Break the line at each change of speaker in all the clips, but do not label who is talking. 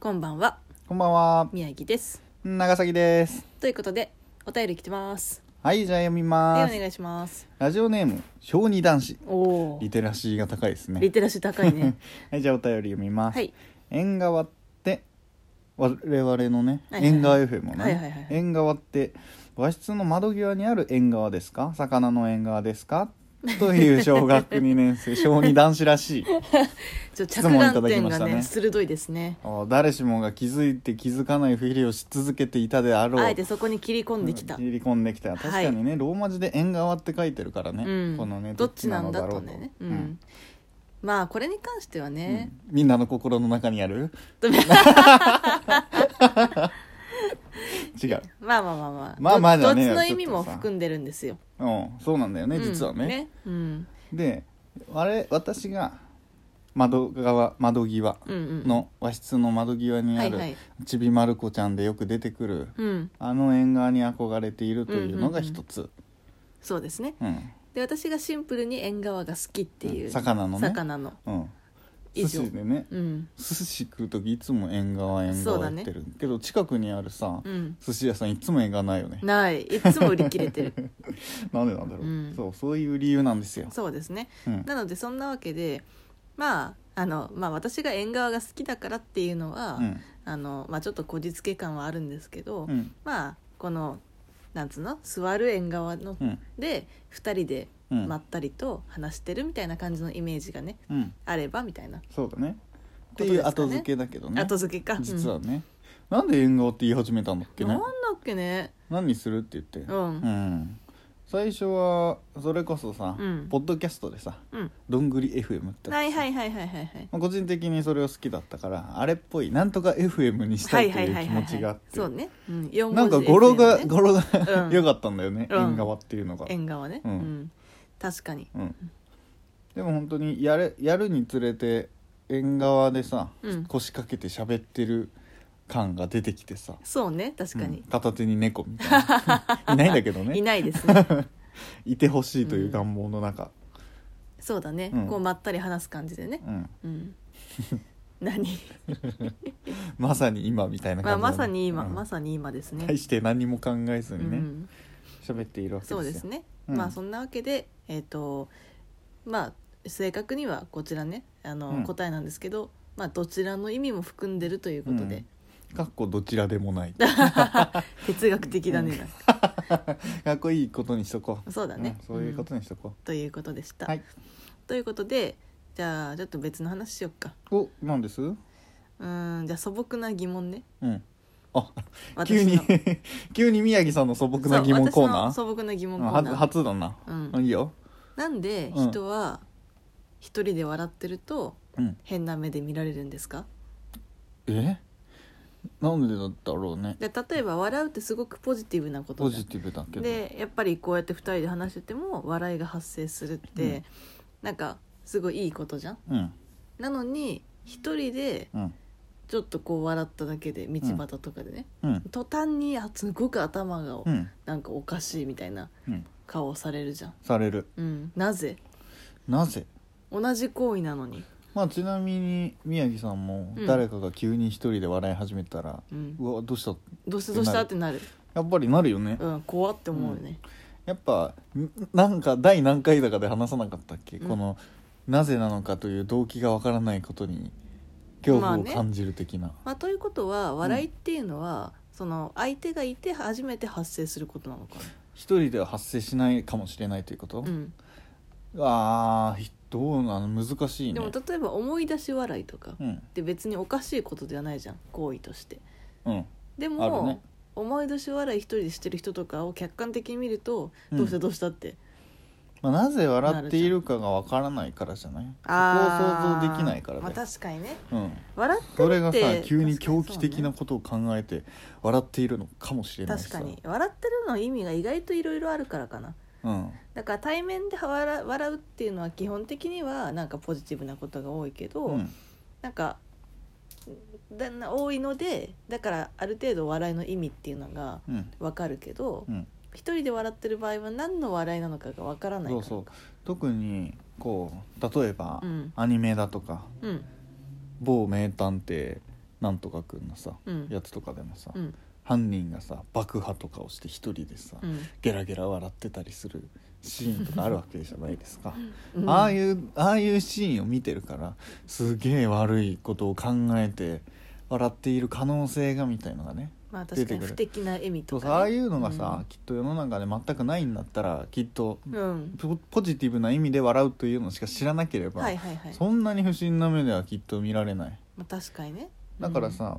こんばんは
こんばんは、
宮城です
長崎です。
ということでお便り来てます
はい、じゃあ読み
はい
ま
お
す。
願いします
ラジオネーム、小児男子。
おお
リテラシーが高いです
リ
ね。
テラシー高いね
はい、じゃあお便り読みます。
はい
縁側って、我々のね、
はいはいはい
縁側 FM のね、
はいはいはい
縁側って、和室の窓際にある縁側ですか魚の縁側ですかという小学2年 生、小児男子らしい。
ちょっと着
質問いた
眼
だき
点
まし
が
たね
ね鋭いですね
あー誰しもが気づいて気づかないふりをし続けていたであろう。
あえてそこに切り込んできた
切り込んできた確かにね、ローマ字で縁側って書いてるからね、
うん
このね
どっちなんだ
ど
と
っちなのだろうと
ねう
うん
んまあこれに関してはね
うんみんなの心の中にある
と
違う
まあまあまあまあ
まあまあじゃねえ
ど
よ
っちの意味
ちょ
も
っとさ
含んでるんですよ
うんそうなんだよね、実は
うん
ね
うん
であれ私が窓側窓際
うんうん
の和室の窓際にあ
はいはい
るちびまる子ちゃんでよく出てくる
うん
あの縁側に憧れているというのが一つ、
そうですね
うん
で私がシンプルに縁側が好きっていううん
魚のね
魚の
うん
以
寿
上
司でね
うん
寿司食う時いつも縁側縁
そう
側
だ
行
ね
ってる、けど近くにあるさ、
うん
寿司屋さんいつも縁側ないよね
ないいつも売り切れてる
なんでなんだろう、
うん
そうそういう理由なんですよ、
そうですね
うん、
なのでそんなわけでまああのまあ私が縁側が好きだからっていうのは、
うん
あのまあ、ちょっとこじつけ感はあるんですけど、
うん
まあこのなんつうの座る縁側の、
うん
で2人で
うん
まったりと話してるみたいな感じのイメージがね
うん
あればみたいな、
そうだねっ
こと
て
ですかね
いう後付けだけどね
後付けか
実は
うん
ね、なんで縁側って言い始めたんだっけ
なん
ね
だっけね
何するって言って
うん
ん最初はそれこそさ、
うん
ポッドキャストでさ
うん
「どんぐり FM」って
はいはいはいはいはいはい
まあ個人的にそれを好きだったからあれっぽいなんとか FM にしたいという気持ちがあって
そうね、うん、4文字
なんか語呂が
FM ね
語呂が
うん
良かったんだよね
うん
縁側っていうのが
縁側ね、う
うんん
確かに
うんでも本当にやれやるにつれて縁側でさ
うん
腰掛けて喋ってる感が出てきてさ
そうね確か
うん
に、
片手に猫みた いないないんだけど
い
ね
ないですね
いてほしいという願望の中
そうだね、
うん
こうまったり話す感じでね
うん
うん 何、
まさに今みたいな
まあ、
感じだ
ま
ね
さに今、
うん
まさに今ですね
大して何も考えず
う
にね
ん、
喋っているわけです
そ
よ
うですね、
うん
まあそんなわけでえっ、とまあ正確にはこちらねあの、
うん
答えなんですけどまあどちらの意味も含んでるということで、
かっこどちらでもない
哲学的だね、なん か
かっこいいことにしとこう
そうだね
んそういうことにしとこ
ということでし
う
た、
はい
ということでじゃあちょっと別の話しよっか
おなんですう
うーんじゃあ素朴な疑問ね
んあ急
私の
に 急に宮城さんの素朴な疑問コーナ
そ
ー
う私の素朴な疑問
う
コ
ん
ー
初
ナー
初だな
うん
いいよ
なんで人は一人で笑ってると
うん
変な目で見られるんですか
えなんでだったろうね
で例えば笑うってすごくポジティブなこと
ポ
じゃん
ジティブだけど
でやっぱりこうやって2人で話してても笑いが発生するって、
うん
なんかすごいいいことじゃん
うん
なのに一人で
うん
ちょっとこう笑っただけで道端とかでね、
うん
途端にあすごく頭が
うん
なんかおかしいみたいな
うん
顔をされるじゃん、
される
うん、なぜ
なぜ
同じ行為なのに、
まあちなみに宮城さんも
うん
誰かが急に一人で笑い始めたら、
う、
うんわどうした
どうしたどうしたってなる、
やっぱりなるよね、
うん、怖って思うよね、
やっぱんなんか第何回だかで話さなかったっけ、
うん
このなぜなのかという動機がわからないことに恐
まあ
怖を
ね
感じる的な、
まあ、ということは笑いっていうのは、その相手がいて初めて発生することなのか
一人では発生しないかもしれないということ、
な、うん、
あーひどうなの難しい
で
ね
も例えば思い出し笑いとか、
うん
で別におかしいことではないじゃん行為として
うん
で
ある
も、
ね
思い出し笑い一人でしてる人とかを客観的に見ると、
うん
どうしたどうしたって
まあ、なぜ笑っているかがわからないからじゃないそこを
あー
想像できないから
まあ、
だよ、
確かにね
うん、
笑ってるって
それがさ急に
確か
狂
そうね
気的なことを考えて笑っているのかもしれない
確
し
か
さ
に笑ってるの意味が意外といろいろあるからかな
うん
だから対面で笑笑うっていうのは基本的にはなんかポジティブなことが多いけど、
うん
なんかだな多いのでだからある程度笑いの意味っていうのが
うん
わかるけど、
うん
一人で笑ってる場合は何の笑いなのかがわからないか
そう
ら
そう特にこう例えば、
うん
アニメだとか
うん
某名探偵なんとかくんのさ、
うん
やつとかでもさ、
うん
犯人がさ爆破とかをして一人でさ、
うん
ゲラゲラ笑ってたりするシーンとかあるわけじゃないですか、
うん
ああいうああいうシーンを見てるからすげえ悪いことを考えて笑っている可能性がみたいのがね
まあ確か
出て
に
くる
不敵な笑み
そ
と
う
か
さ
ね、
ああいうのがさ、きっと世の中で全くないんだったらきっと
うん、うん
ポポジティブな意味で笑うというのしか知らなければ、
はいはいはい
そんなに不審な目ではきっと見られない
まあ、確かにね
だから、さ、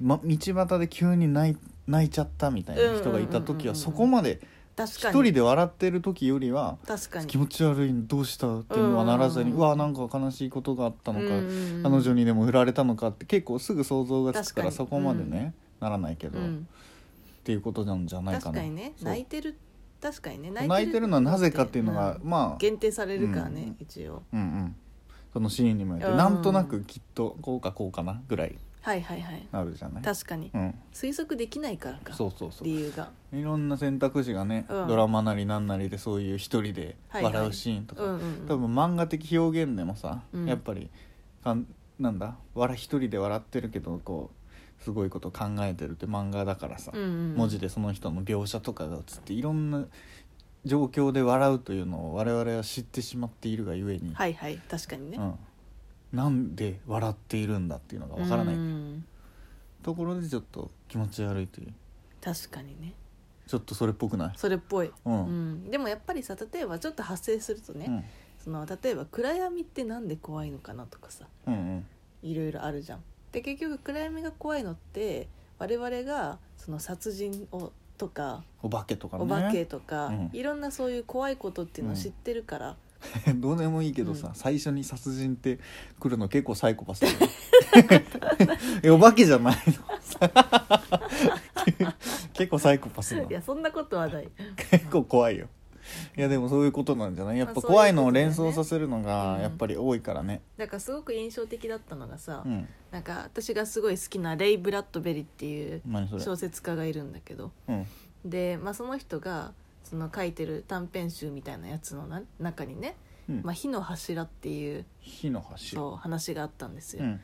ま、道端で急に泣い泣いちゃったみたいな人がいた
うんうんうんうん
時
うん
はそこまで
うん確か
一
に
人で笑ってる時よりは
確かに
気持ち悪いどうしたっていうのはならずに、
う
うんわなんか悲しいことがあったのか、
うん
彼女にでも振られたのかって結構すぐ想像がつくから
確か
そ
に
こまでね、ならないけ
う
ど、っ
ん、
ていうことなんじゃないか
確
な
かにね
そう
泣いてる確かにね
泣いてるのはなぜかっていうのが、
ん
まあ
限定されるからね、
うん
一応
うんうんそのシーンにもよって、
うん
なんとなくきっとこうかこうかなぐらい
はいはいはい
なるじゃない
確かに、
うん、
推測できないからか
そうそうそう
理由が
いろんな選択肢がね、
うん
ドラマなりなんなりでそういう一人で
はいはい
笑うシーンとか、
うんうん
多
うん
分漫画的表現でもさ、
うん
やっぱりかんなんだ笑一人で笑ってるけどこうすごいこと考えてるって漫画だからさ、
うんうん
文字でその人の描写とかが映っていろんな状況で笑うというのを我々は知ってしまっているがゆえに、
はいはい確かにね、
うん、なんで笑っているんだっていうのがわからない、
うん
ところでちょっと気持ち悪いという
確かにね
ちょっとそれっぽくない
それっぽい、
うん
うんでもやっぱりさ例えばちょっと発生するとね、
うん
その例えば暗闇ってなんで怖いのかなとかさ
うんうん
いろいろあるじゃん。で結局暗闇が怖いのって我々がその殺人をとか
お化けとかね
お化けとか、
うん
いろんなそういう怖いことっていうのを知ってるから、
どうでもいいけどさ、
うん
最初に殺人って来るの結構サイコパスだよね えお化けじゃないの 結構サイコパ スない
やそんなことはない。
結構怖いよいやでもそういうことなんじゃないやっ
まあ
ぱ怖いの
そうい
を
う
連
ことだよね
想させるのが
うん
やっぱり多いからね
なんかすごく印象的だったのがさ、
うん
なんか私がすごい好きなレイ・ブラッドベリーっていう
何それ
小説家がいるんだけど
うん
で、まあ、その人がその書いてる短編集みたいなやつのな中にね「
うん
まあ、火の柱」っていう
火の橋
そう話があったんですよ。
うん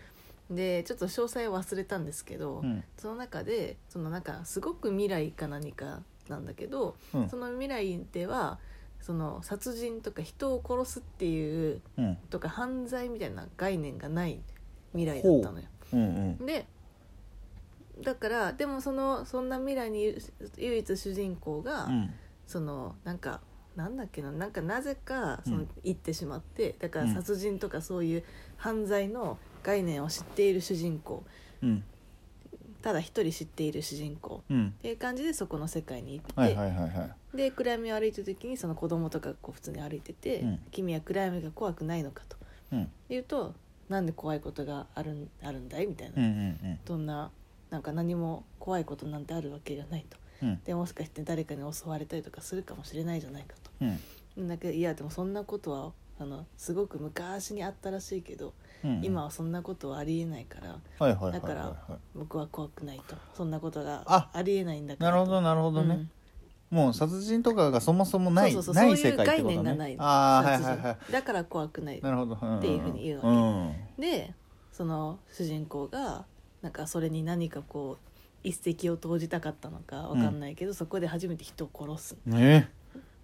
でちょっと詳細は忘れたんですけど、
うん
その中でそのなんかすごく未来か何かなんだけど、
うん
その未来ではその殺人とか人を殺すっていう
うん
とか犯罪みたいな概念がない未来だったのよ。
うんうん
でだからでもそのそんな未来に唯一主人公が、
うん
そのなんかなんだっけななんかなぜかその、
うん
行ってしまってだか
う
ら
ん
殺人とかそういう犯罪の概念を知っている主人公
うん
ただ一人知っている主人公
うん
っていう感じでそこの世界に行って、
はいはいはいはい
で暗闇を歩いてる時にその子供とかがこう普通に歩いてて「
うん
君は暗闇が怖くないのか」と
うん
言うと「なんで怖いことがあるんあるんだい?」みたいな、
うんうん
どんななんか何も怖いことなんてあるわけがないと
うん
でもしかして誰かに襲われたりとかするかもしれないじゃないかと。
うん
だけどいやでもそんなことはあのすごく昔にあったらしいけど、
うん
今はそんなことはありえないから
はいはいは
だ
いは
か
い
ら
は
僕は怖くないとそんなことが
あ
ありえないんだ
い
から
なるほど
る
なるほ
ほ
どね、もう殺人とかがそもそもない
そうそうそう
ない
そうい
世
う
界っ
概
てこと
念が
ね
ない
ああはい
殺
はい
人
は
だから怖くない
いなるほどっ
っていうふうに言うわけ
わ
でその主人公がなんかそれに何かこう一石を投じたかったのかわかんないけど、そこで初めて人を殺す、
け、うん、ね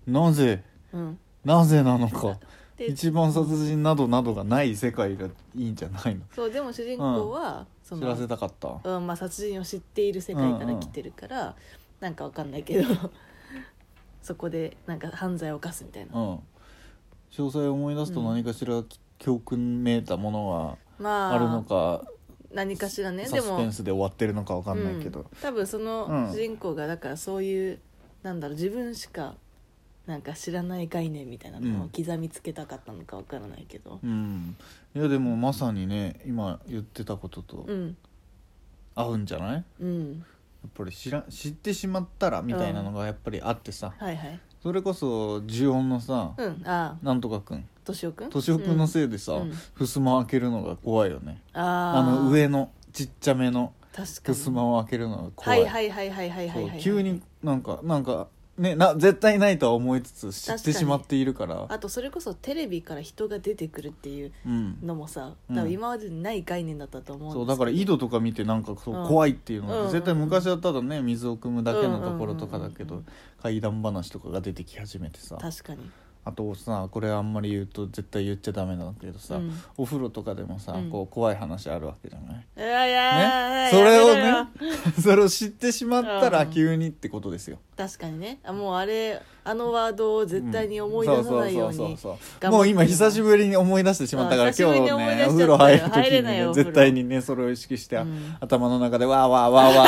えなぜ
うん、
なぜなのか
で
一番殺人などなどがない世界がいいんじゃないの
そうでも主人公は、そ
知らせ
の、
たかった
うんまあ、殺人を知っている世界から来てるから、なんかわかんないけど そこでなんか犯罪を犯すみたいな、
うん詳細を思い出すと
うん
何かしら教訓めいたもの
まあ
があるのか、
何かしらねで
サスペ
も
ンスで終わってるのかわかんないけど、
うん多分その主人公がだからそういう、なんだろう自分しかなんか知らない概念みたいなの
う
を
ん
刻みつけたかったのかわからないけど、
うん、いやでもまさにね今言ってたことと
うん
合うんじゃない、や
うん
っぱり知ら知ってしまったらみたいなのがやっぱりあってさ、
はいはい
それこそ呪音のさ、
うんああ
なんとかくん
敏夫くん
敏夫くんの
い、
せいでさ、
うん
襖を開けるのが怖いよね
うんあ
あ
あ
の上のちっちゃめの
確かに
襖を開けるのが
は
怖い,、
いはいはいはいはいはいはい
そう急になんかなんかね、な絶対ないとは思いつつ知っ
確か
て
に
しまっているから
あとそれこそテレビから人が出てくるっていう
うん、
のもさ
うん
多分今までにない概念だったと思うんです
そうだから井戸とか見てなんかそう
うん
怖いっていうのは、
うん
絶対昔はただね水を汲むだけのところとかだけど、
うんうん
怪談話とかが出てき始めてさ
確かに
あとさこれあんまり言うと絶対言っちゃダメなんだけどさ、
うん
お風呂とかでもさ、
うん
こう怖い話あるわけじゃない、
いやいやいや
ねそれを
や
ね
めろよ
それを知ってしまった
う
ら
ん
急にってことですよ
確かにねあもうあれあのワードを絶対に思い出さないよう
そう
に
そうそうそ
頑張っ
う
て
もう今久しぶりに思い出してしまったから
そう
今
久しぶりに
日
思い出
ね
しちゃ
お風呂
ったよ
入る時
入れ
に
ないよ
ね
お風呂
絶対にねそれを意識して、
うん
頭の中でわーわーわーわ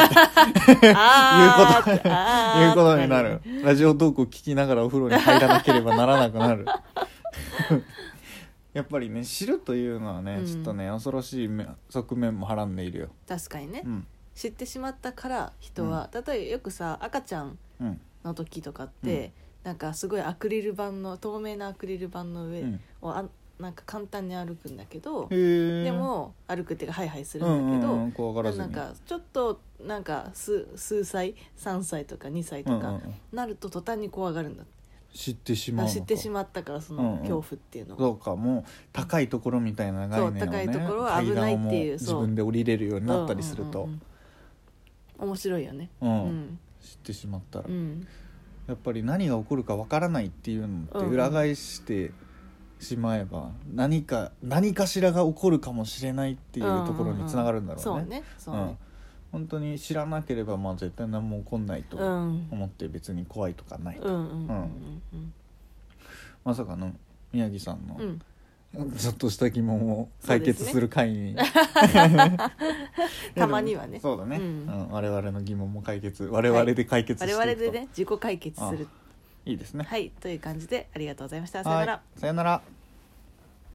ーって
あー
言うこと
あー
いうことになるラジオトークを聞きながらお風呂に入らなければならなくなる やっぱりね知るというのはね、
うん
ちょっとね恐ろしい面側面もはらんでいるよ
確かにね、
うん
知ってしまったから人は、例えばよくさ赤ちゃん
うん
の時とかって、なんかすごいアクリル板の透明なアクリル板の
う
上
ん
をあなんか簡単に歩くんだけど、
へえ
でも歩くっていうかハイハイす
う
る
んう
だ
ん
けど、
んうん怖がらず
な
に
んかちょっとなんか数数歳3歳とか2歳
うん
と
うんう
か
ん
なると途端に怖がるんだって、
知ってし
だ
ま
から
うのか
知ってしまったからそ
うんうん
の恐怖っていうの
そ
を、
うかもう高いところみたいな概念をね
そう高いところは危ないっていう
階段
そう
をも自分で降りれるようになったりする
う
と
んうんうん面白いよね
う
うんん
知ってしまったら、
うん
やっぱり何が起こるかわからないっていうのって
うんうん
裏返してしまえば何か何かしらが起こるかもしれないっていうところにつながるんだろうね。
そうねそうね
うん本当に知らなければまあ絶対何も起こんないと
うん
思って別に怖いとかない、
うんうんうんうん
まさかの宮城さんの
うんうん
ちょっとした疑問を解決する会に、
たまにはね
そうだね、
う
うんん我々の疑問も解決我々で解決して
我
いくと、
々でね自己解決する
いいですね
はいという感じでありがとうございました
い
さよなら
さよなら